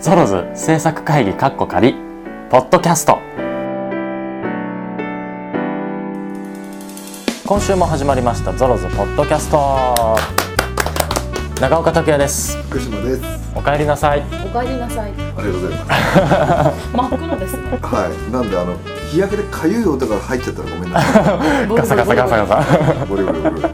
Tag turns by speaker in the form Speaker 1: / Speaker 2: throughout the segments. Speaker 1: ゾロズ制作会議カッコ仮ポッドキャスト今週も始まりましたゾロズポッドキャスト長岡拓也です
Speaker 2: 福島です。
Speaker 1: お帰りなさい
Speaker 3: おかえりなさい。
Speaker 2: ありがとうございます。
Speaker 3: 真っ黒ですね。
Speaker 2: はい。なんであの日焼けでかゆい音が入っちゃったらごめんなさ
Speaker 1: ガサガサガサガサ
Speaker 2: い。ゴリゴリゴリ。マ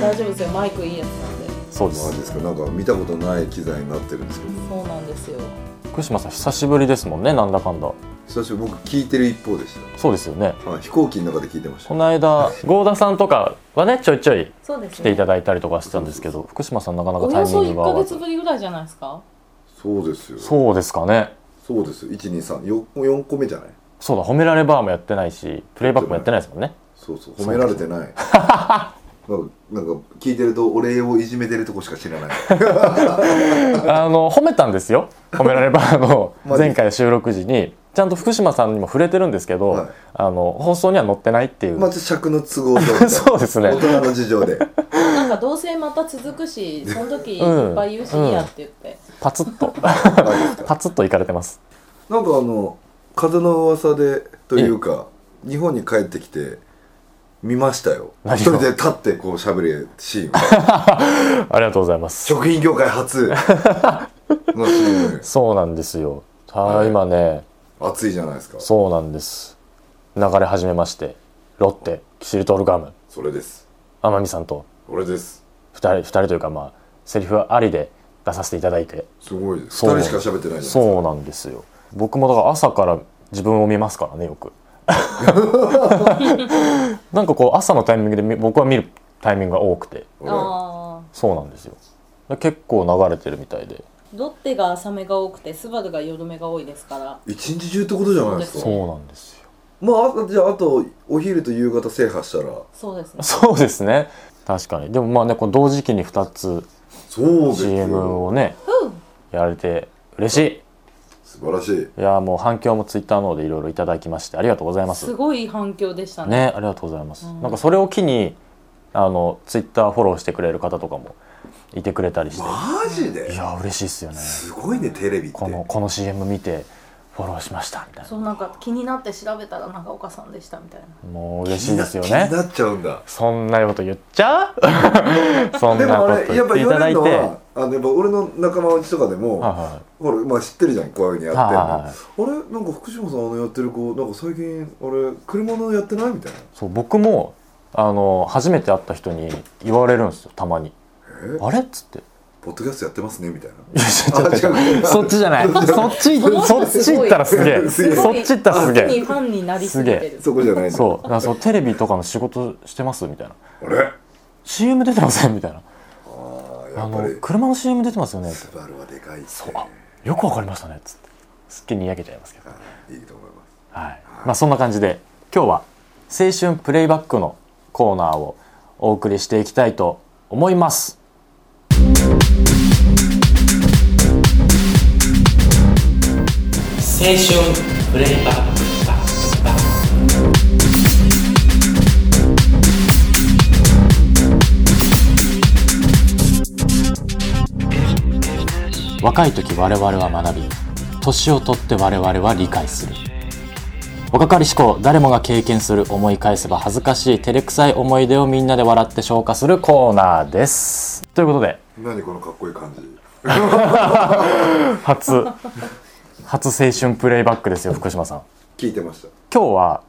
Speaker 3: 大丈夫ですよ。マイクいいやつなんで。
Speaker 1: そうです
Speaker 2: ジですか。なんか見たことない機材になってるんですけど。
Speaker 3: そうなんですよ。
Speaker 1: 福島さん久しぶりですもんねなんだかんだ
Speaker 2: 久しぶり僕聞いてる一方でし
Speaker 1: そうですよね
Speaker 2: た。はい。飛行機の中で聞いてました
Speaker 1: こ。の間合田さんとかはねちょいちょい
Speaker 3: そうで
Speaker 1: 来
Speaker 3: す
Speaker 1: てい
Speaker 3: ね。
Speaker 1: ただいたりとかしてたんですけど福島さんなかなか
Speaker 3: お
Speaker 1: タ
Speaker 3: よ
Speaker 1: イ
Speaker 3: そ
Speaker 1: ミン
Speaker 3: 一
Speaker 1: グが合
Speaker 3: ヶ
Speaker 1: わ
Speaker 3: 月
Speaker 1: ず
Speaker 3: ぶりぐらいじゃないですか。
Speaker 2: そうですよ。そう
Speaker 1: そうですかね
Speaker 2: です。一二三四四個目じゃない。
Speaker 1: そうだ褒められバーもやってないしプレイバックもやってないですもんね
Speaker 2: そうそう。褒められてない。 なんかなんか聞いてるとお礼をいじめてるとこしか知 らない。
Speaker 1: あの褒めたんですよ褒められバーの
Speaker 2: マジ
Speaker 1: 前回収録時にちゃんと福島さんにも触れてるんですけど、
Speaker 2: はい
Speaker 1: あの放送には載ってないっていう、
Speaker 2: まず尺の都合と
Speaker 1: そうですね
Speaker 2: 大人の事情で。
Speaker 3: なんかどうせまた続くし、その時いっぱい言うしいいやって言って。
Speaker 1: パツッと
Speaker 2: あれですか
Speaker 1: パツッといかれてます
Speaker 2: なんかあの風の噂でというか日本に帰ってきて見ましたよ
Speaker 1: 何を
Speaker 2: 一人で立ってこう喋るシ ーン
Speaker 1: ありがとうございます
Speaker 2: 食品業界初のシーン
Speaker 1: そうなんですよあ
Speaker 2: は
Speaker 1: ー
Speaker 2: い
Speaker 1: 今ね
Speaker 2: 熱いじゃないですかそ
Speaker 1: そうなんです流れ始めましてロッテキシリトールガム
Speaker 2: れです
Speaker 1: 天海さんと
Speaker 2: 俺です
Speaker 1: 2人二人というかまあセリフありで出させていただいて
Speaker 2: すごいです
Speaker 1: そう
Speaker 2: 2人しか喋ってないじゃない
Speaker 1: そうなんですよ僕もだから朝から自分を見ますからねよ くなんかこう朝のタイミングでみ僕は見るタイミングが多くて
Speaker 2: 俺
Speaker 3: ああ。
Speaker 1: そうなんですよ結構流れてるみたいで
Speaker 3: ロッテが浅めが多くて、スバルが夜めが多いですから。
Speaker 2: 一日中ってことじゃないですか
Speaker 1: そうなんですよ
Speaker 2: まああとじゃああとお昼と夕方制覇したら
Speaker 3: そうですね。
Speaker 1: そうですね確かにでもまあねこの同時期に2つ
Speaker 2: そうです
Speaker 1: CM
Speaker 2: よ
Speaker 1: をね
Speaker 3: ふう。
Speaker 1: やれて嬉し
Speaker 2: 素晴らしい
Speaker 1: いいやもう反響もツイッターの方でいろいろいただきましてありがとうございます
Speaker 3: すごい反響でしたね。
Speaker 1: ねありがとうございます、
Speaker 3: うん
Speaker 1: なんかそれを機にあのツイッターフォローしてくれる方とかもいてくれたりして、
Speaker 2: マジで
Speaker 1: いや嬉しいですよね
Speaker 2: すごいねテレビって
Speaker 1: このこの CM 見てフォローしましたみたい
Speaker 3: そうなんか気になって調べたら長岡さんでしたみたいな。
Speaker 1: なもう嬉しいですよ
Speaker 2: 気にな
Speaker 1: ね
Speaker 2: 気になっちゃうんだ
Speaker 1: そんなこと言っち ゃうそん
Speaker 2: で
Speaker 1: な
Speaker 2: も
Speaker 1: こ
Speaker 2: あ
Speaker 1: と
Speaker 2: れ
Speaker 1: 言
Speaker 2: やっ
Speaker 1: っ
Speaker 2: ぱ
Speaker 1: てい
Speaker 2: 言
Speaker 1: た
Speaker 2: わ
Speaker 1: だ
Speaker 2: れ
Speaker 1: い
Speaker 2: る
Speaker 1: て
Speaker 2: のはあのやっぱ俺の仲間内とかでも、
Speaker 1: は
Speaker 2: ほらまあ知ってるじゃんこういうふうにやってるの、
Speaker 1: はいはいはい
Speaker 2: あれなんか福島さんあのやってる子なんか最近あれ車のやってないみたいな
Speaker 1: はいそう僕もあの初めて会った人に言われるんですよたまに
Speaker 2: え
Speaker 1: あれっつって
Speaker 2: ポッドキャストやってますねみたいな
Speaker 1: 「いやちょっと待って
Speaker 2: あ違 う
Speaker 1: そっちじゃ ないそっち そっち行ったらすげえ
Speaker 2: すごい
Speaker 1: そっち行ったらすげ
Speaker 3: 一気
Speaker 1: え
Speaker 3: にファンになりすぎてる。
Speaker 2: そこじゃないの
Speaker 1: そうだからそうテレビとかの仕事してますみたいな
Speaker 2: あれあ
Speaker 1: CM 出てませんみたいな
Speaker 2: あや
Speaker 1: あ
Speaker 2: っぱ
Speaker 1: の
Speaker 2: り
Speaker 1: 車の CM 出てますよね
Speaker 2: スバルはでかいって
Speaker 1: そうあよくわかりましたねっつってすっげえにやけちゃいますけど、
Speaker 2: いいと思います
Speaker 1: はいまあ、そんな感じで今日は青春プレイバックのコーナーをお送りしていきたいと思います青春プレイバック若い時我々は学び年を取って我々は理解する若かりし頃誰もが経験する思い返せば恥ずかしい照れくさい思い出をみんなで笑って消化するコーナーですということで
Speaker 2: 何このかっこいい感じ
Speaker 1: 初初青春プレイバックですよ福島さん
Speaker 2: 聞いてました
Speaker 1: 今日は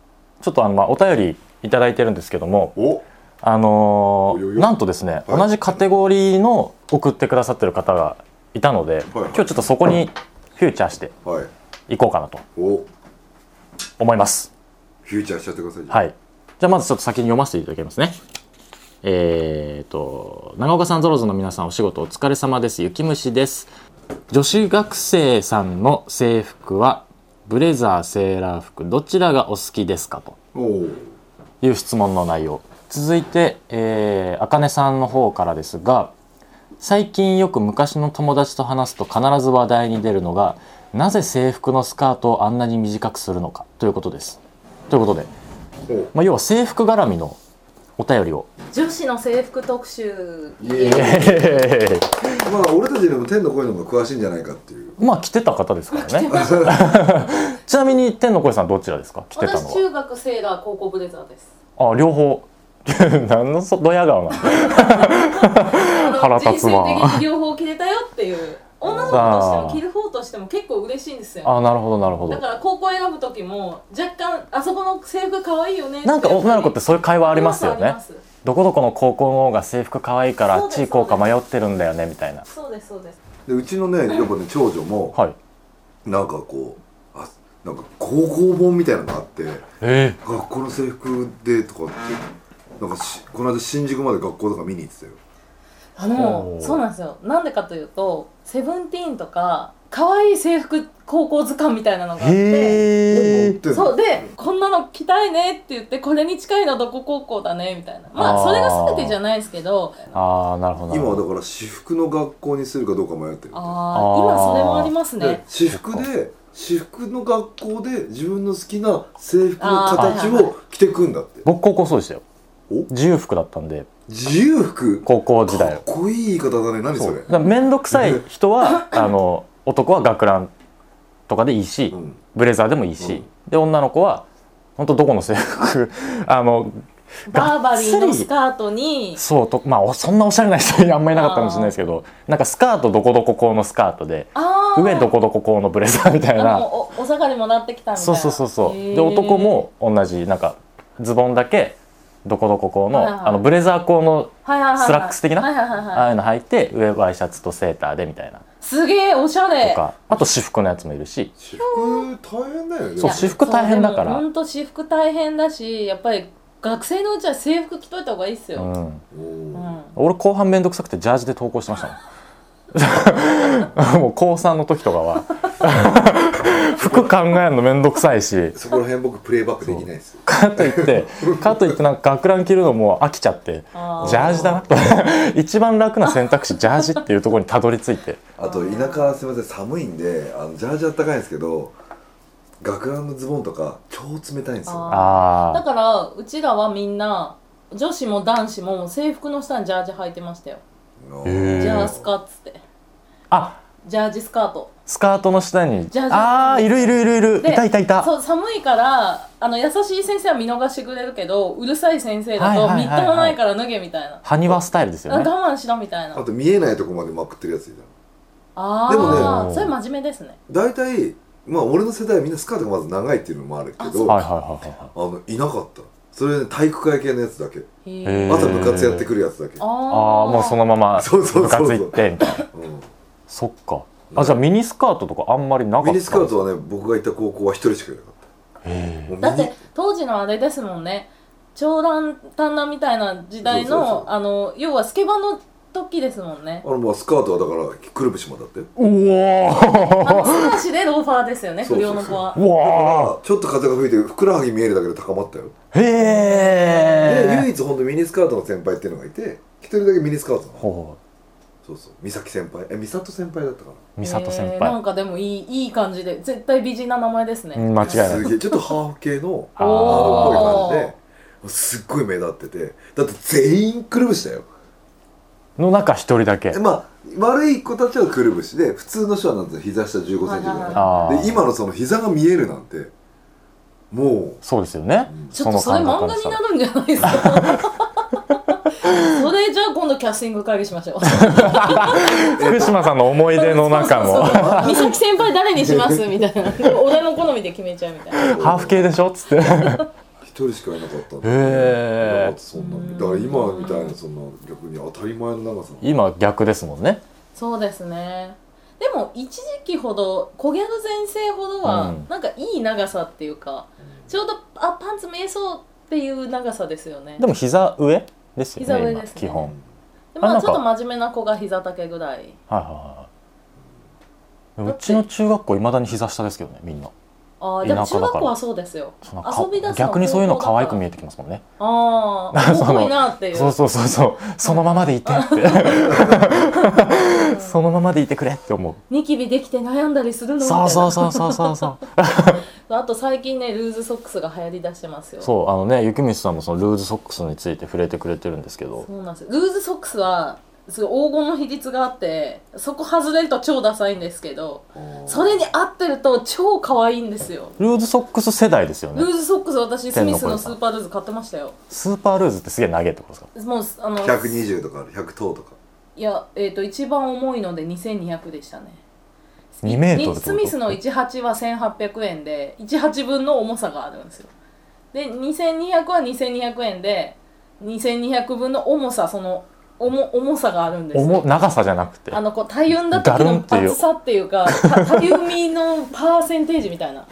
Speaker 1: ちょっとあのまあお便りいただいてるんですけども
Speaker 2: お
Speaker 1: あのー
Speaker 2: およよ
Speaker 1: なんとですね、
Speaker 2: はい
Speaker 1: 同じカテゴリーの送ってくださってる方がいたので、
Speaker 2: はい
Speaker 1: 今日ちょっとそこにフューチャーして
Speaker 2: はい
Speaker 1: いこうかなと
Speaker 2: お
Speaker 1: 思います
Speaker 2: フューチャーしちゃってください
Speaker 1: はい。じゃあまずちょっと先に読ませていただきますね。えー、と長岡さんゾロゾの皆さんお仕事お疲れ様です雪虫です女子学生さんの制服はブレザーセーラー服どちらがお好きですかと
Speaker 2: おお
Speaker 1: いう質問の内容続いてえーあかねさんの方からですが最近よく昔の友達と話すと必ず話題に出るのがなぜ制服のスカートをあんなに短くするのかということですということで
Speaker 2: お
Speaker 1: まあ、要は制服絡みのお便り を。
Speaker 3: 女子の制服特集
Speaker 2: いえいえまあ俺たちよりも天の声の方が詳しいんじゃないかっ ていう
Speaker 1: まあ来てた方ですからね。ちなみに天の声さんどちらですか？来てたの
Speaker 3: 私中学セーラー高校ブレザーです
Speaker 1: は。あ、両方。 何のそドヤ顔なの。腹立つわ
Speaker 3: 人生的に両方着れたよっていう女の子としても着る方としても結構嬉しいんですよ
Speaker 1: あ、なるほどなるほ
Speaker 3: だ
Speaker 1: ど
Speaker 3: か。ら高校選ぶ時も若干あそこの制服可愛いよねって
Speaker 1: なんか女の子ってそういう会話ありますよ
Speaker 3: あり
Speaker 1: ね
Speaker 3: ま。す
Speaker 1: どこどこの高校の方が制服可愛いからあっち行こうか迷ってるんだよねみたいな。
Speaker 3: そうですそうです
Speaker 2: でうちのねやっぱね長女も
Speaker 1: はい。
Speaker 2: なんかこうあなんか高校本みたいなのがあって
Speaker 1: え
Speaker 2: 学校の制服でとかってなんかしこの間新宿まで学校とか見に行ってたよ
Speaker 3: あの
Speaker 1: おー
Speaker 3: そうなんですよなんでかというとセブンティーンとか可愛い制服高校図鑑みたいなのがあって
Speaker 1: へえ。
Speaker 3: そうでこんなの着たいねって言ってこれに近いのどこ高校だねみたいなま
Speaker 1: あー
Speaker 3: あそれが全てじゃないですけど
Speaker 1: ああ、なるほどなる
Speaker 2: 今
Speaker 1: ほ
Speaker 2: は
Speaker 1: ど。
Speaker 2: だから私服の学校にするかどうか迷ってる
Speaker 3: あ
Speaker 1: あー
Speaker 3: あ今それもあります
Speaker 2: で
Speaker 3: ね
Speaker 2: 私服で私服の学校で自分の好きな制服の
Speaker 3: あ
Speaker 2: 形
Speaker 3: ーはいはい
Speaker 2: を着てくんだって
Speaker 1: 僕高校そうでしたよ。
Speaker 2: お
Speaker 1: 自由服だったんで
Speaker 2: 自由服
Speaker 1: 高校時
Speaker 2: か
Speaker 1: 代
Speaker 2: っ。こいい言い方だね何そ
Speaker 1: そ
Speaker 2: れ
Speaker 1: う。だから面倒くさい人はあの男は学ランとかでいいし、
Speaker 2: うん
Speaker 1: ブレザーでもいいし、
Speaker 2: うん
Speaker 1: で女の子は本当どこの制服 あの
Speaker 3: バーバリーのスカートに
Speaker 1: そうとまあおそんなおしゃれな人あんまりいなかったかもしれないですけどなんかスカートどこどこ校のスカートで
Speaker 3: ああ
Speaker 1: 上どこどこ校のブレザーみたい
Speaker 3: あ
Speaker 1: な
Speaker 3: のおお下がりもらってきたみたい
Speaker 1: そ
Speaker 3: な
Speaker 1: うそうそうそう
Speaker 3: へー
Speaker 1: で男も同じなんかズボンだけどこどこ校の,、
Speaker 3: はいはい
Speaker 1: あのブレザー校の
Speaker 3: はいはいはいはい
Speaker 1: スラックス的な
Speaker 3: はいはいはい
Speaker 1: あ
Speaker 3: は
Speaker 1: あ
Speaker 3: い
Speaker 1: いうの履いて上ワイシャツとセーターでみたいな
Speaker 3: すげえおしゃれ
Speaker 1: とかあと私服のやつもいるし
Speaker 2: 私服大変だよね
Speaker 1: そう私服大変だから
Speaker 3: 本当私服大変だしやっぱり学生のうちは制服着といた方がいいっす
Speaker 1: う
Speaker 3: よ、
Speaker 1: ん
Speaker 2: うん
Speaker 3: うん
Speaker 1: 俺後半めんどくさくてジャージで投稿してましたもん もう高3の時とかは 服考えるのめんどくさいし
Speaker 2: そこら辺僕プレイバックできないですよ
Speaker 1: かといってかといってなんか学ラン着るのも飽きちゃって
Speaker 3: あー
Speaker 1: ジャージだな と一番楽な選択肢ジャージっていうところにたどり着いて
Speaker 2: あと田舎はすみません寒いんであのジャージあったかいんですけど学ランのズボンとか超冷たいんですよ
Speaker 3: あだ
Speaker 1: あ
Speaker 3: からうちらはみんな女子も男子も制服の下にジャージ履いてましたよ、
Speaker 1: へー
Speaker 3: ジャースカっつって
Speaker 1: ああ
Speaker 3: ジャージスカート
Speaker 1: スカートの下に
Speaker 3: ジャージ
Speaker 1: ああいるいるいるいるい
Speaker 3: で
Speaker 1: たいたいた
Speaker 3: そう寒いからあの優しい先生は見逃してくれるけどうるさい先生だ
Speaker 1: はいはい
Speaker 3: と
Speaker 1: はい
Speaker 3: み
Speaker 1: はい
Speaker 3: っともないから脱げみたいな、
Speaker 1: 埴輪スタイルですよね
Speaker 3: 我慢しろみたいな
Speaker 2: あと見えないとこまでまくってるやついた
Speaker 3: あ
Speaker 2: でも
Speaker 3: あ、
Speaker 1: ね
Speaker 3: それ真面目ですね
Speaker 2: 大体まあ俺の世代はみんなスカートがまず長いっていうのもあるけど
Speaker 1: はいはい
Speaker 2: あ
Speaker 1: はいはい
Speaker 2: のいなかったそれね体育会系のやつだけ
Speaker 3: へ
Speaker 1: へー
Speaker 2: 朝部活やってくるやつだけ、
Speaker 3: あ
Speaker 1: ああ
Speaker 3: あ
Speaker 1: もうそのまま
Speaker 2: そう
Speaker 1: 部
Speaker 2: そうそうそう
Speaker 1: 活行ってみたいな
Speaker 2: う
Speaker 1: そっかあじゃあミニスカートとかあんまりなかっ
Speaker 2: ん、
Speaker 1: た
Speaker 2: ミニスカートはね僕が行った高校は一人しかいなかったもう
Speaker 3: だっ
Speaker 2: ミニ
Speaker 3: て当時のあれですもんね長男短男みたいな時代の
Speaker 2: そうそうそう
Speaker 3: あの要はスケバンの時ですも んね
Speaker 2: あのまあスカートはだからくるぶしまでだって
Speaker 1: うお
Speaker 3: あの
Speaker 1: ー
Speaker 3: 素足でローファーですよね
Speaker 2: そう
Speaker 3: 不
Speaker 2: そうそう
Speaker 3: 良の 子は
Speaker 1: うわ
Speaker 2: あちょっと風が吹いてふくらはぎ見えるだけで高まったよ
Speaker 1: ー
Speaker 2: で唯
Speaker 1: へえ
Speaker 2: 一本当ミニスカートの先輩っていうのがいて一人だけミニスカートなの
Speaker 1: ほ
Speaker 2: そうそう美咲先輩え美里先輩だったか
Speaker 1: う美里
Speaker 3: え
Speaker 1: 先
Speaker 3: ーな
Speaker 1: 輩
Speaker 3: んかでもいいいい感じで絶対美人な名前ですね、
Speaker 1: うん間違い
Speaker 2: な
Speaker 1: ない
Speaker 2: すげえちょっとハーフ 系の
Speaker 1: あー
Speaker 2: ハー
Speaker 3: お
Speaker 2: フっぽい感じですっごい目立っててだって全員くるぶしだよ
Speaker 1: の中一人だけ
Speaker 2: えまあ悪い子たちはくるぶしで普通の人はなんて膝下1 5ンチぐらい
Speaker 1: ああ
Speaker 2: で今のその膝が見えるなんても
Speaker 1: そうですよね
Speaker 2: うん
Speaker 3: ちょっとそれ
Speaker 1: の感
Speaker 3: 漫
Speaker 1: 覚
Speaker 3: 画に
Speaker 1: か
Speaker 3: な
Speaker 1: ら
Speaker 3: るんじゃないです かそれじゃあ今度キャスティング会議しましょう
Speaker 1: 福島さんの思い出の中
Speaker 3: そう
Speaker 1: も
Speaker 3: そうそう美咲先輩誰にしますみたいな 俺の好みで決めちゃうみたいな
Speaker 2: う
Speaker 1: ハーフ系でしょっつってへ
Speaker 2: 一人しかいなかったんだ
Speaker 1: へー
Speaker 2: いなかったそんなだから今みたいなそんな逆に当たり前の長さ
Speaker 1: 今逆ですもんね
Speaker 3: そうですねでも一時期ほど小ギャル全盛ほどは、
Speaker 1: うん
Speaker 3: なんかいい長さっていうかちょうどあパンツ見えそうっていう長さですよね
Speaker 1: でも膝上ですよ
Speaker 3: 膝上
Speaker 1: ね今
Speaker 3: ですね
Speaker 1: 基本
Speaker 3: でま
Speaker 1: あな
Speaker 3: あ
Speaker 1: ん
Speaker 3: ち
Speaker 1: か
Speaker 3: ょっと真面目な子が膝丈ぐら
Speaker 1: は
Speaker 3: い
Speaker 1: いはいはい
Speaker 3: だ
Speaker 1: う
Speaker 3: って
Speaker 1: ちの中学校いまだに膝下ですけどねみんな
Speaker 3: ああでも
Speaker 1: 田舎
Speaker 3: 中
Speaker 1: だから
Speaker 3: 学校はそうですよ
Speaker 1: そのか
Speaker 3: 遊び出す
Speaker 1: 逆にそういうの可愛く見
Speaker 3: え
Speaker 1: えてきますもんね
Speaker 3: ああ
Speaker 1: そ
Speaker 3: か
Speaker 1: の
Speaker 3: っこいいなっていう
Speaker 1: そうそうそうそうそのままでいて ってそのままでいてくれって思う
Speaker 3: ニキビできて悩んだりするのみたい
Speaker 1: そ
Speaker 3: な
Speaker 1: うそうそうそうそうそう
Speaker 3: あと最近ねルーズソックスが流行りだしてますよ
Speaker 1: そうあのね雪道さんもそのルーズソックスについて触れてくれてるんですけど
Speaker 3: そうなんですよルーズソックスはすごい黄金の比率があってそこ外れると超ダサいんですけどそれに合ってると超可愛いんですよ
Speaker 1: ルーズソックス世代ですよ
Speaker 3: ル
Speaker 1: ね
Speaker 3: ーズソックス私スミスのスーパールーズ買ってましたよ
Speaker 1: スーパールーズってすげえ長いってことですか
Speaker 3: もうあの
Speaker 2: 120とかある100等とか
Speaker 3: いやえっ、と一番重いので2200でしたね
Speaker 1: 2メートルってこと
Speaker 3: スミスの18は1800円で18分の重さがあるんですよで2200は2200円で2200分の重さその重重さがあるんですよ
Speaker 1: おも長さじゃなくて
Speaker 3: あのこう体温だった時
Speaker 1: ガルン
Speaker 3: の
Speaker 1: っていう
Speaker 3: 厚さっていうかたたゆみのパーセンテージみたいな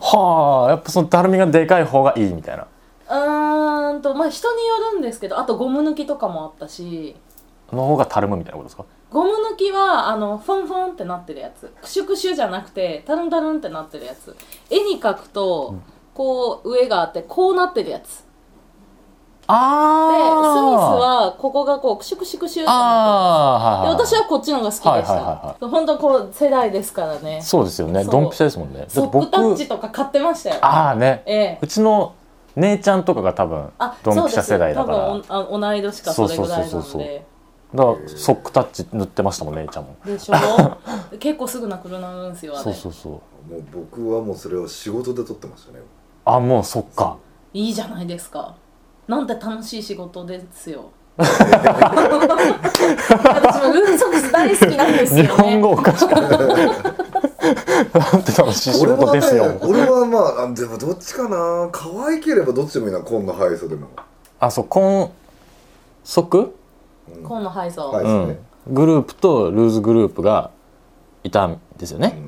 Speaker 1: はあやっぱそのだるみがでかい方がいいみたいな
Speaker 3: うーんとまあ人によるんですけどあとゴム抜きとかもあったし
Speaker 1: の方がたるむみたいなことですか
Speaker 3: ゴム抜きはあのフォンフォンってなってるやつクシュクシュじゃなくてタルンタルンってなってるやつ絵に描くと、こう上があってこうなってるやつでスミス
Speaker 1: ああ
Speaker 3: はここがこうクシュクシュクシュってなって
Speaker 1: ああ
Speaker 3: るで私はこっちのが好きでした、
Speaker 1: はいはいはい
Speaker 3: 本当こう世代ですからね
Speaker 1: そうですよね
Speaker 3: そう
Speaker 1: ドンピシャですもんねだって
Speaker 3: ソックタッチとか買ってましたよ
Speaker 1: ああね
Speaker 3: ええ
Speaker 1: うちの姉ちゃんとかが多分
Speaker 3: あ
Speaker 1: ドンピシャ世代だから
Speaker 3: そうですよ多分おあ同い年かそれぐらいなんで
Speaker 1: そうそうそうそうだからソックタッチ塗ってましたもん姉ちゃんも
Speaker 3: でしょ結構すぐなくなるんですよあれ
Speaker 1: そうそうそう
Speaker 2: もう僕はもうそれを仕事で撮ってましたね
Speaker 1: あもうそっか
Speaker 3: いいじゃないですかなんて楽しい仕事です よ私もルーズソックス大好きなんですよ、ね、
Speaker 1: 日本語おかしくなんて楽しい仕
Speaker 2: 俺
Speaker 1: 事
Speaker 2: はね
Speaker 1: です よ
Speaker 2: 俺はまああでもどっちかな可愛ければどっちでもいいなこんな配送でも
Speaker 1: あそう今即
Speaker 3: 今の配送、
Speaker 2: は
Speaker 1: う
Speaker 2: い
Speaker 1: ん、グループとルーズグループがいたんですよね、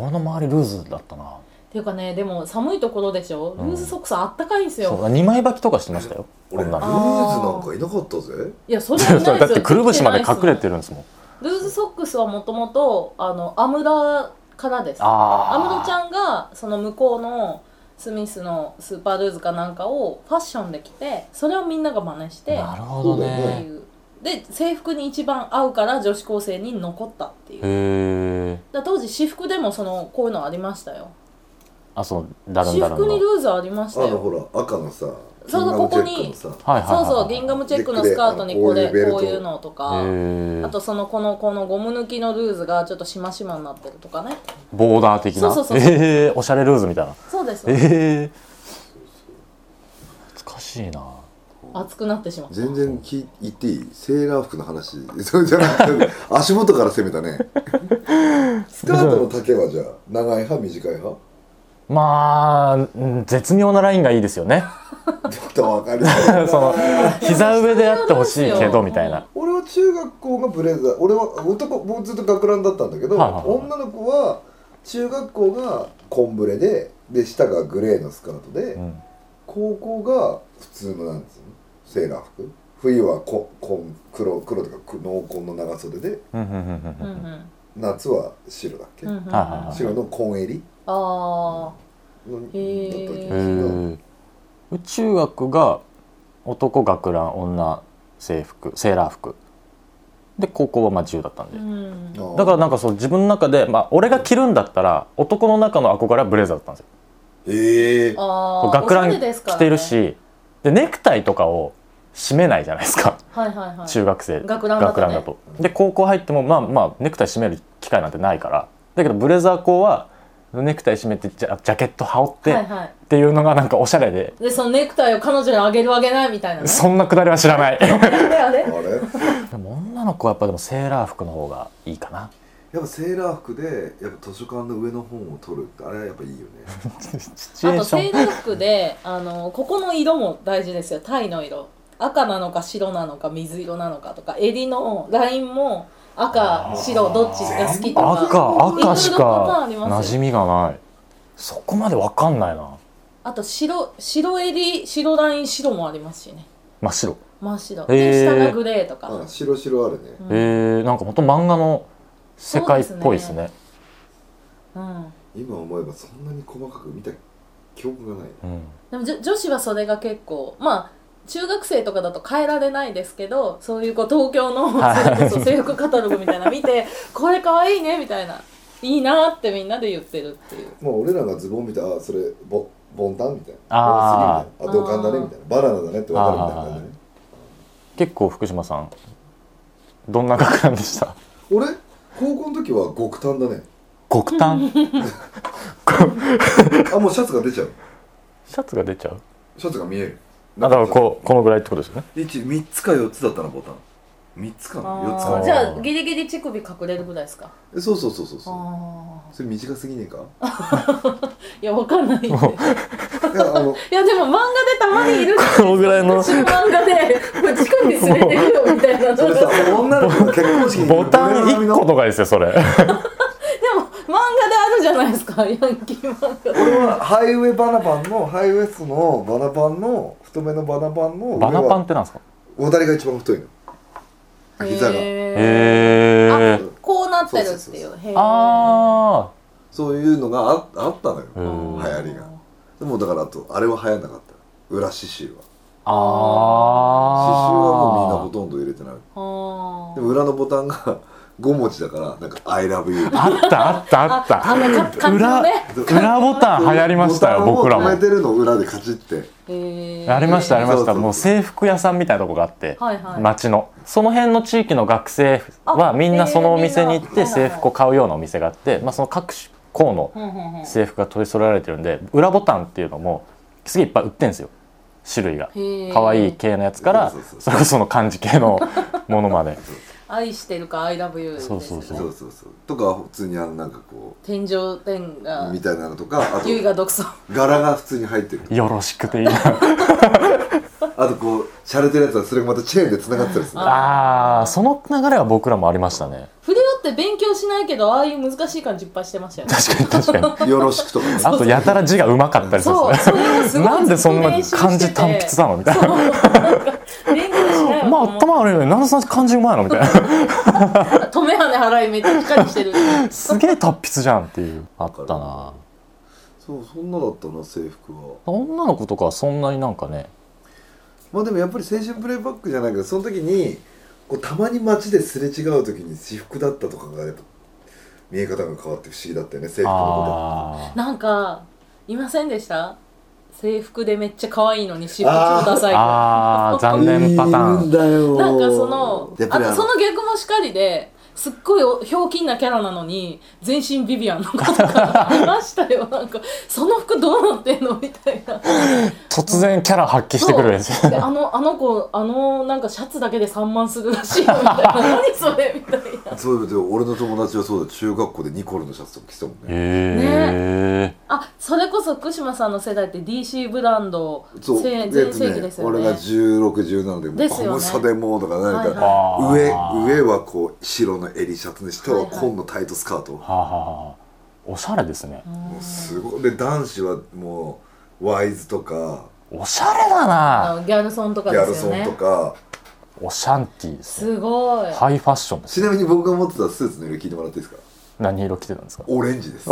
Speaker 1: 俺の周りルーズだったな
Speaker 3: っていうかねでも寒いところでしょルーズソックスあったかいんですよ、
Speaker 1: そう2枚履きとかしてましたよ
Speaker 2: 俺ル
Speaker 1: 女
Speaker 2: ーズ
Speaker 1: の
Speaker 2: なんかいなかったぜ
Speaker 3: いやそれ
Speaker 1: 子
Speaker 3: はないで
Speaker 1: そ
Speaker 3: すよ
Speaker 1: うだってくるぶしまで隠れて
Speaker 3: る
Speaker 1: るんですもん
Speaker 3: ルーズソックスはもともとあのアムラからです
Speaker 1: あ
Speaker 3: ア
Speaker 1: あ
Speaker 3: ムロちゃんがその向こうのスミスのスーパールーズかなんかをファッションで着てそれをみんなが真似して
Speaker 1: なるほどね
Speaker 2: そうだ
Speaker 3: っていうで制服に一番合うから女子高生に残ったっていうだか
Speaker 1: へえ
Speaker 3: ら当時私服でもそのこういうのありましたよ
Speaker 1: あそうだるん
Speaker 3: 私
Speaker 1: だるん
Speaker 3: 服
Speaker 1: の
Speaker 3: にルーズありまし
Speaker 2: あ
Speaker 3: た
Speaker 2: の
Speaker 3: よ
Speaker 2: ほら赤のさ
Speaker 3: そうそ
Speaker 2: 銀河
Speaker 3: う
Speaker 2: の
Speaker 3: ここに
Speaker 2: チェックのさ
Speaker 1: はいはいはい
Speaker 3: そ
Speaker 1: はい
Speaker 3: うそうギンガムチェックのスカートに
Speaker 2: ネッ
Speaker 3: こ
Speaker 2: クで
Speaker 3: れ
Speaker 2: あのこういうベルト
Speaker 3: こういうのとか
Speaker 1: へえ
Speaker 3: あとそのこのこのゴム抜きのルーズがちょっとしましまになってるとかね
Speaker 1: ボーダー的な
Speaker 3: そうそうそうそう
Speaker 1: ええおしゃれルーズみたいな
Speaker 3: そうです
Speaker 1: ええ懐かしいな
Speaker 3: 熱くなってしまった
Speaker 2: 全然き言っていいセーラー服の話そうじゃなくて足元から攻めたねスカートの丈はじゃあ長い派短い派
Speaker 1: まあうん絶妙なラインがいいですよね
Speaker 2: ちょっと分かりづらい
Speaker 1: その膝上であってほしいけど
Speaker 3: うん
Speaker 1: みたいな
Speaker 2: 俺は中学校がブレザー俺は男僕ずっと学ランだったんだけど、
Speaker 1: はいはいはい
Speaker 2: 女の子は中学校がコンブレでで下がグレーのスカートで、
Speaker 1: うん
Speaker 2: 高校が普通のなんつうのセーラー服冬はここん黒黒とかく濃紺の長袖で
Speaker 1: うんうんうんう
Speaker 3: うん
Speaker 1: ん
Speaker 3: う
Speaker 1: うん
Speaker 3: ん
Speaker 2: 夏は白だっけ、
Speaker 3: うんうんうん
Speaker 1: はいはいは
Speaker 3: あ
Speaker 1: い
Speaker 2: 白の紺襟
Speaker 3: あ
Speaker 2: のだった
Speaker 3: へー
Speaker 2: 気
Speaker 1: へ
Speaker 2: がする
Speaker 1: ー中学が男学ラン女制服セーラー服で高校はまあ自由だったんで、
Speaker 3: うん
Speaker 2: な
Speaker 1: だからなんかそう自分の中で、まあ、俺が着るんだったら男の中の憧れはブレザーだったんですよ
Speaker 2: ええ
Speaker 3: あー
Speaker 1: 学ラ
Speaker 3: お
Speaker 1: ン
Speaker 3: しゃれですから
Speaker 1: 着
Speaker 3: ね
Speaker 1: てるしで,、ネクタイとかを締めないじゃないですか、
Speaker 3: はいはいはい
Speaker 1: 中学生
Speaker 3: 学ランだ
Speaker 1: 学
Speaker 3: とね
Speaker 1: ランだとで高校入ってもまあまあネクタイ締める機会なんてないからだけどブレザー校はネクタイ締めてジャジャケット羽織って、
Speaker 3: はい
Speaker 1: っ
Speaker 3: は
Speaker 1: ていうのがなんかおしゃれで
Speaker 3: いでそのネクタイを彼女にあげるあげないみたいなね
Speaker 1: そんなくだりは知ら ない
Speaker 3: あれあ れ
Speaker 2: あれや
Speaker 1: でも女の子はやっぱでもセーラー服の方がいいかな
Speaker 2: っぱセーラー服でやっぱ図書館の上の本を取るってあれはやっぱいいよね
Speaker 1: シチュ
Speaker 3: あ
Speaker 1: エー
Speaker 3: と
Speaker 1: シ
Speaker 3: セ
Speaker 1: ョ
Speaker 3: ー
Speaker 1: ン
Speaker 3: ラー服であのここの色も大事ですよタイの色赤なのか白なのか水色なのかとか襟のラインも赤白どっちが好きとか
Speaker 1: 赤赤しか
Speaker 3: いろいろパターンありま
Speaker 1: 馴
Speaker 3: す
Speaker 1: 染みがないそこまでわかんないな
Speaker 3: あと白白襟白ライン白もありますしね
Speaker 1: 真っ白
Speaker 3: 真っ白
Speaker 1: へ
Speaker 3: で
Speaker 1: ー
Speaker 3: 下がグレーとか
Speaker 2: あ白白あるね
Speaker 1: えー、なんか本当漫画の世界っぽいですね
Speaker 3: うん
Speaker 2: 今思えばそんなに細かく見た記憶がない
Speaker 1: うん
Speaker 3: でもじょ女子はそれが結構まあ中学生とかだと変えられないですけどそういうこう東京の
Speaker 1: はい
Speaker 3: それこそ制服カタログみたいなの見てこれかわいいねみたいないいなってみんなで言ってるっていう
Speaker 2: もう俺らがズボン見てあそれボボンタンみたいな
Speaker 1: あ
Speaker 2: ボンスリーみたいなあ鈍感だねみたいなバナナだねって分かるみたいな感じね
Speaker 1: 結構福島さんどんな学ランでした
Speaker 2: 俺高校の時は極端だね
Speaker 1: 極 端
Speaker 2: あもうシャツが出ちゃう
Speaker 1: シャツが出ちゃう
Speaker 2: シャツが見える
Speaker 1: あだからこうこのぐらいってことですよね
Speaker 2: う3つか4つだったなボタン3つかな4つか
Speaker 3: あー
Speaker 2: な
Speaker 3: じゃあギリギリ乳首隠れるぐらいですか
Speaker 2: えそうそうそうそうそう
Speaker 3: ああ
Speaker 2: それ短すぎねえか
Speaker 3: いやわかんないんでい
Speaker 2: いや あの
Speaker 3: やでも漫画でたまにいるじゃないですか
Speaker 1: このぐらいの
Speaker 3: 私漫画でもう乳首連れてるよみたいな
Speaker 2: それさ女の子の結婚式に
Speaker 1: ボタン1個とかですよそれ
Speaker 3: でも漫画であるじゃないですかヤンキー漫画
Speaker 2: これはハイウェイバナパンのハイウエストのバナパンの太めのバナパンの
Speaker 1: バナパンってなんですか
Speaker 2: おだりが一番太いの膝が
Speaker 1: へ
Speaker 3: へ
Speaker 1: ー
Speaker 3: ーこうなってるっていう
Speaker 2: そうそうそう
Speaker 3: へー
Speaker 1: あ
Speaker 2: そういうのがああったのよ
Speaker 1: ー
Speaker 2: 流
Speaker 1: うん
Speaker 2: 行りがでもだからあとあれは流行んなかった裏刺繍は
Speaker 1: あ
Speaker 2: 刺繍はもうみんなほ
Speaker 1: あ
Speaker 2: とんど入れてない
Speaker 3: あ
Speaker 2: でも裏のボタンが 5文字だからなんか「ILOVEYOU」
Speaker 1: あったあったあっ
Speaker 3: あのか
Speaker 1: た
Speaker 3: 感じの
Speaker 1: 裏
Speaker 3: ね
Speaker 1: 裏ボタン流行りましたよ僕ら
Speaker 2: ボタンを止
Speaker 1: も
Speaker 2: めてるのを裏でカチって
Speaker 3: へー
Speaker 1: ありましたありまし
Speaker 2: そう
Speaker 1: た
Speaker 2: そう
Speaker 1: もう制服屋さんみたいなとこがあって、
Speaker 3: はいはい
Speaker 1: 町のその辺の地域の学生
Speaker 3: あ
Speaker 1: はみんなそのお店に行っ
Speaker 3: えーみん
Speaker 1: て
Speaker 3: な
Speaker 1: 制服を買うようなお店があって、まあ、その各校の
Speaker 3: ふんふんふんへ
Speaker 1: 制服が取り揃えられてるんで裏ボタンっていうのもすげえいっぱい売ってんですよ種類が
Speaker 3: ー
Speaker 1: 可愛い系のやつから
Speaker 2: そうそうそう
Speaker 1: それこその漢字系のものま で
Speaker 3: 愛してるか I love you です
Speaker 1: そ
Speaker 3: ね
Speaker 1: うそうそ
Speaker 2: そうそうそうとか普通にあのなんかこ
Speaker 3: 天井天
Speaker 2: う
Speaker 3: が
Speaker 2: みたいなのとかあと
Speaker 3: ゆいが独走
Speaker 2: 柄が普通に入ってる
Speaker 1: よろしくていいな
Speaker 2: あとこうしゃれてるやつはそれがまたチェーンでつながってたりする
Speaker 1: あーその流れは僕らもありましたね
Speaker 3: 不良って勉強しないけどああいう難しい感じいっぱいして ましたよね
Speaker 1: 確かに確 かに
Speaker 2: よろしくとかね
Speaker 1: あとやたら字がうまかったりするん
Speaker 3: そう
Speaker 1: です
Speaker 3: そ
Speaker 1: よ
Speaker 3: れをすごい
Speaker 1: なんでそんな漢字単筆なのみたいな
Speaker 3: の勉強しないわ
Speaker 1: まあ
Speaker 3: と思
Speaker 1: 頭悪いのになんでそんな漢字うまいのみたい な
Speaker 3: って止めはね払いめっちゃ光し てる
Speaker 1: すげえ達筆じゃんっていうあったな
Speaker 2: そうそんなだったな制服は
Speaker 1: 女の子とかはそんなになんかね
Speaker 2: まあでもやっぱり青春プレイバックじゃないけどその時にこうたまに街ですれ違う時に私服だったとかがやっぱ見え方が変わって不思議だったよね制服のこ
Speaker 1: あ
Speaker 3: なんかいませんでした制服でめっちゃ可愛いのに私服ダサ
Speaker 1: ー
Speaker 3: い子
Speaker 1: あー
Speaker 2: と
Speaker 1: 残念パタ
Speaker 2: いるん
Speaker 1: ーン
Speaker 2: だよ
Speaker 3: なんかその
Speaker 2: やっぱ
Speaker 3: あ
Speaker 2: り
Speaker 3: と
Speaker 2: あ
Speaker 3: そ
Speaker 2: の
Speaker 3: の逆もしかりですっごいおひょうきんなキャラなのに全身ビビアンの子とかいましたよなんかその服どうなってんのみたいな
Speaker 1: 突然キャラ発揮してくるんですよ
Speaker 3: であのあの子あのなんかシャツだけで3万するらしいよみたいな何それみたいな
Speaker 2: そういう意味で俺の友達はそうだ中学校でニコルのシャツとか着てたもんね
Speaker 1: へえ
Speaker 3: あそれこそ福島さんの世代って DC ブランド
Speaker 2: そう
Speaker 3: せ
Speaker 2: で
Speaker 3: 全盛期ですよ
Speaker 2: 俺が
Speaker 3: ね
Speaker 2: 1617でもう
Speaker 3: ですよ
Speaker 2: 小
Speaker 3: ね
Speaker 2: さでもうとか何か、
Speaker 3: はいはい
Speaker 2: 上上
Speaker 1: は
Speaker 2: はこう白の襟シャツに下は紺のタイトスカート、
Speaker 1: あはあはあおしゃれですね
Speaker 2: もうすごいで男子はもうワイズとか
Speaker 1: おしゃれだ
Speaker 3: あ
Speaker 1: な
Speaker 3: のギャルソンと
Speaker 2: ギ
Speaker 3: かで
Speaker 2: ャル
Speaker 3: すよ
Speaker 2: ソン
Speaker 3: ね
Speaker 2: とか
Speaker 1: おシャンティーですね
Speaker 3: すごい
Speaker 1: ハイファッションです
Speaker 2: ちなみに僕が持ってたスーツの色聞いてもらっていいですか
Speaker 1: 何色着てたんですか
Speaker 2: オレンジです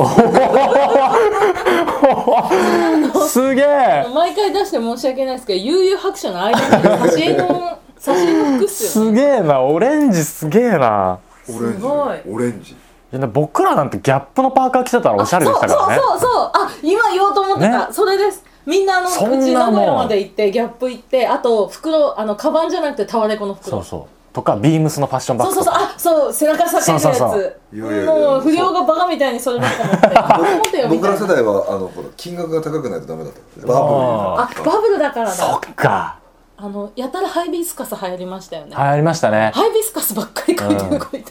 Speaker 1: すげえ
Speaker 3: 毎回出して申し訳ないですけど悠々白書の間に挿絵の挿絵の服っすよね
Speaker 1: すげえなオレンジすげえな
Speaker 2: オレンジ
Speaker 3: すごい
Speaker 2: オレンジ
Speaker 1: いや僕らなんてギャップのパーカー着てたらおしゃれでしたからね
Speaker 3: そうそうそうそうあ今言おうと思ってた、
Speaker 1: ね
Speaker 3: それですみんなあの
Speaker 1: そんなも
Speaker 3: う
Speaker 1: ん
Speaker 3: ち名古屋まで行ってギャップ行ってあと袋あのカバンじゃなくてタワレコの
Speaker 1: そ
Speaker 3: 袋
Speaker 1: うそうとかビームスのファッションバッ
Speaker 3: そう
Speaker 1: グ
Speaker 3: そう
Speaker 1: と
Speaker 3: そう
Speaker 1: か
Speaker 3: あそう背中裂けるやつ
Speaker 1: そうそうそう
Speaker 2: いやいやいや
Speaker 3: もう不良がバカみたいにそればっか持ってあ持てよみ
Speaker 2: 僕
Speaker 3: た
Speaker 2: ら
Speaker 3: い
Speaker 2: 世
Speaker 3: な
Speaker 2: 代はあのほら金額が高くないとダメだったから
Speaker 1: あ
Speaker 3: あ
Speaker 2: バブル
Speaker 3: バブルだからだ
Speaker 1: そっか
Speaker 3: あのやたらハイビスカス流行りましたよね、
Speaker 1: 流行りましたね
Speaker 3: ハイビスカスばっかり書いてる子い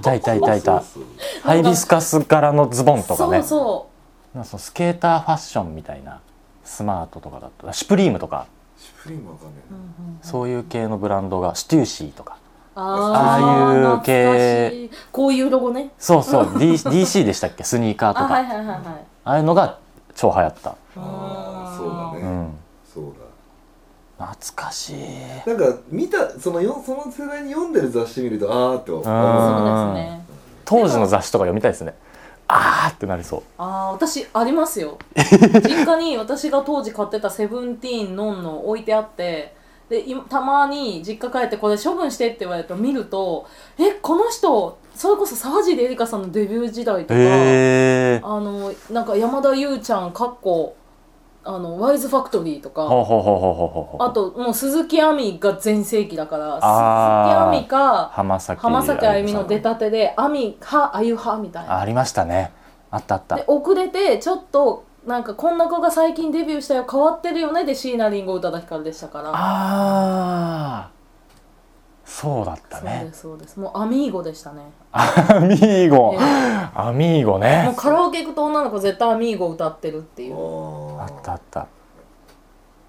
Speaker 3: た、
Speaker 1: いたいたいたいた
Speaker 2: そうそう
Speaker 1: ハイビスカス柄のズボンとか
Speaker 3: そ
Speaker 1: ね
Speaker 3: うそう
Speaker 1: なんかそのスケーターファッションみたいなスマートとかだったらシュプリームとか
Speaker 2: シュプリームわかんねえな
Speaker 1: そういう系のブランドがシテューシーとか
Speaker 3: あー
Speaker 1: ああいう系
Speaker 3: 懐かしいこういうロゴね
Speaker 1: そうそう D DC でしたっけスニーカーと
Speaker 3: あはい
Speaker 1: か
Speaker 3: はいはいはい
Speaker 1: ああいうのが超流行った
Speaker 2: ああそう
Speaker 1: う
Speaker 2: だね
Speaker 1: ん
Speaker 2: そう
Speaker 1: 懐かしい
Speaker 2: だなんか見たそのよその世代に読んでる雑誌見るとあーって思う
Speaker 1: あ
Speaker 3: そうですね
Speaker 1: 当時の雑誌とか読みたいですねあーってなりそう
Speaker 3: ああ私あります よ実家に私が当時買ってた「セブンティーンのんの置いてあってで今たまに実家帰ってこれ処分してって言われると見るとえこの人それこそ沢尻エリカさんのデビュー時代とか、
Speaker 1: ええ
Speaker 3: あのなんか山田優ちゃんかっこあのワイズファクトリーとか、
Speaker 1: ほうほうほうほうほうほう
Speaker 3: あともう鈴木亜美が全盛期だから
Speaker 1: あー
Speaker 3: 鈴木亜美か
Speaker 1: 浜崎
Speaker 3: 浜崎あゆみの出
Speaker 1: た
Speaker 3: たてで「亜美派あゆ派」みたいな
Speaker 1: ありましたねあったあった
Speaker 3: で遅れてちょっとなんかこんな子が最近デビューしたよ変わってるよねで椎名林檎宇多田ヒカルでしたから
Speaker 1: ああそうだった
Speaker 3: そう
Speaker 1: ね
Speaker 3: ですそうですもうアミーゴでしたね
Speaker 1: アミーゴ
Speaker 3: ええ
Speaker 1: アミーゴ
Speaker 3: もう
Speaker 1: ね
Speaker 3: カラオケ行くと女の子絶対アミーゴ歌ってるっていう
Speaker 1: あ
Speaker 2: あ
Speaker 1: ったあった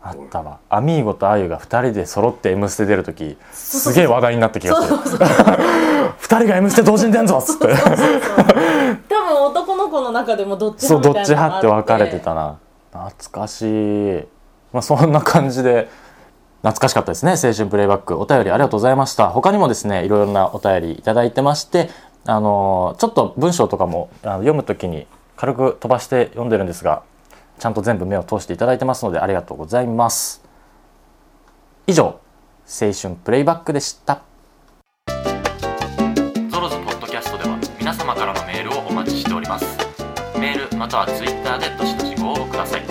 Speaker 1: あったわアミーゴとあゆが2人で揃って「M ステ」出る時
Speaker 3: そ
Speaker 1: す
Speaker 3: う
Speaker 1: げえ話題になった気
Speaker 3: そ
Speaker 1: が
Speaker 3: う
Speaker 1: する
Speaker 3: そうそう
Speaker 1: 2人が「M ステ」同時に出んぞっつって
Speaker 3: 多分男の子の中でもどっち
Speaker 1: そうど
Speaker 3: 派みた
Speaker 1: っ
Speaker 3: い
Speaker 1: ち
Speaker 3: なのが
Speaker 1: 派
Speaker 3: あ
Speaker 1: って分かれてたな懐かしい、まあ、そんな感じで懐かしかったですね青春プレイバックお便りありがとうございました他にもですねいろいろなお便りいただいてましてあのーちょっと文章とかもあの読むときに軽く飛ばして読んでるんですがちゃんと全部目を通していただいてますのでありがとうございます以上青春プレイバックでしたゾロズポッドキャストでは皆様からのメールをお待ちしておりますメールまたはツイッターでどしどしご応募ください普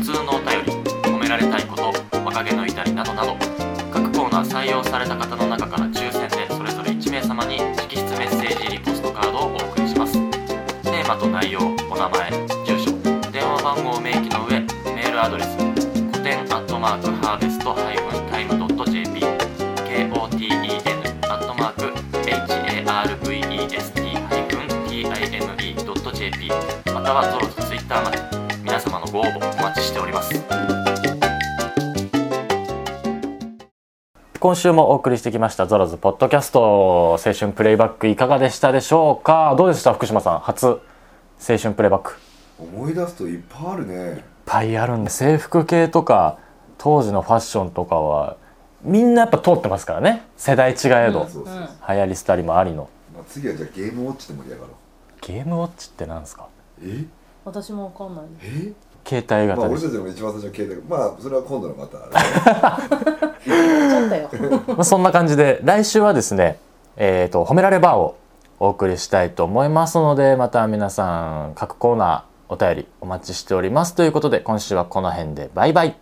Speaker 1: 通のお便り褒められたいこと若気の至りなどなど各コーナー採用された方の中から抽選でそれぞれ1名様に直筆メッセージ入りポストカードをお送りしますテーマと内容お名前住所電話番号を明記の上メールアドレス古典アットマークハーベストハイフンタイムドット JP KOTEN アットマーク HARVEST-TIME.jp またはゾロとツイッターまで皆様のご応募お待ちしております今週もお送りしてきましたゾロズポッドキャスト青春プレイバックいかがでしたでしょうかどうでした福島さん初青春プレイバックいっ
Speaker 2: 思い出すといっぱいあるね
Speaker 1: ぱいあるんで制服系とか当時のファッションとかはみんなやっぱ通ってますからね世代違えど、
Speaker 3: ん
Speaker 1: 流
Speaker 2: そうそうそう
Speaker 3: うん
Speaker 1: 行り廃りもありの
Speaker 2: まあ、次はじゃあゲームウォッチで盛り上がろう
Speaker 1: ゲームウォッチってなんですか
Speaker 2: え
Speaker 3: 私もわかんないです
Speaker 2: え
Speaker 1: 携帯
Speaker 2: まあ
Speaker 1: 型です、
Speaker 2: 俺たちも一番最初の携帯まあそれは今度のまたあれ
Speaker 3: ちょっとよ
Speaker 1: まあ、そんな感じで来週はですねえー、と褒められバーをお送りしたいと思いますのでまた皆さん各コーナーお便りお待ちしておりますということで今週はこの辺でバイバイ